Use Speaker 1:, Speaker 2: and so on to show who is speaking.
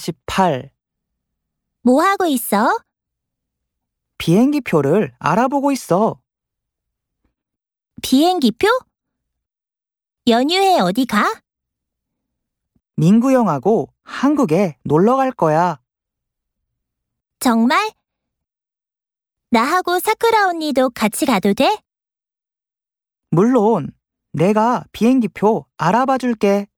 Speaker 1: 48.
Speaker 2: 뭐 하고 있어?
Speaker 1: 비행기 표를 알아보고 있어.
Speaker 2: 비행기표? 연휴에 어디 가?
Speaker 1: 민구 형하고 한국에 놀러 갈 거야.
Speaker 2: 정말? 나하고 사쿠라 언니도 같이 가도 돼?
Speaker 1: 물론, 내가 비행기 표 알아봐 줄게.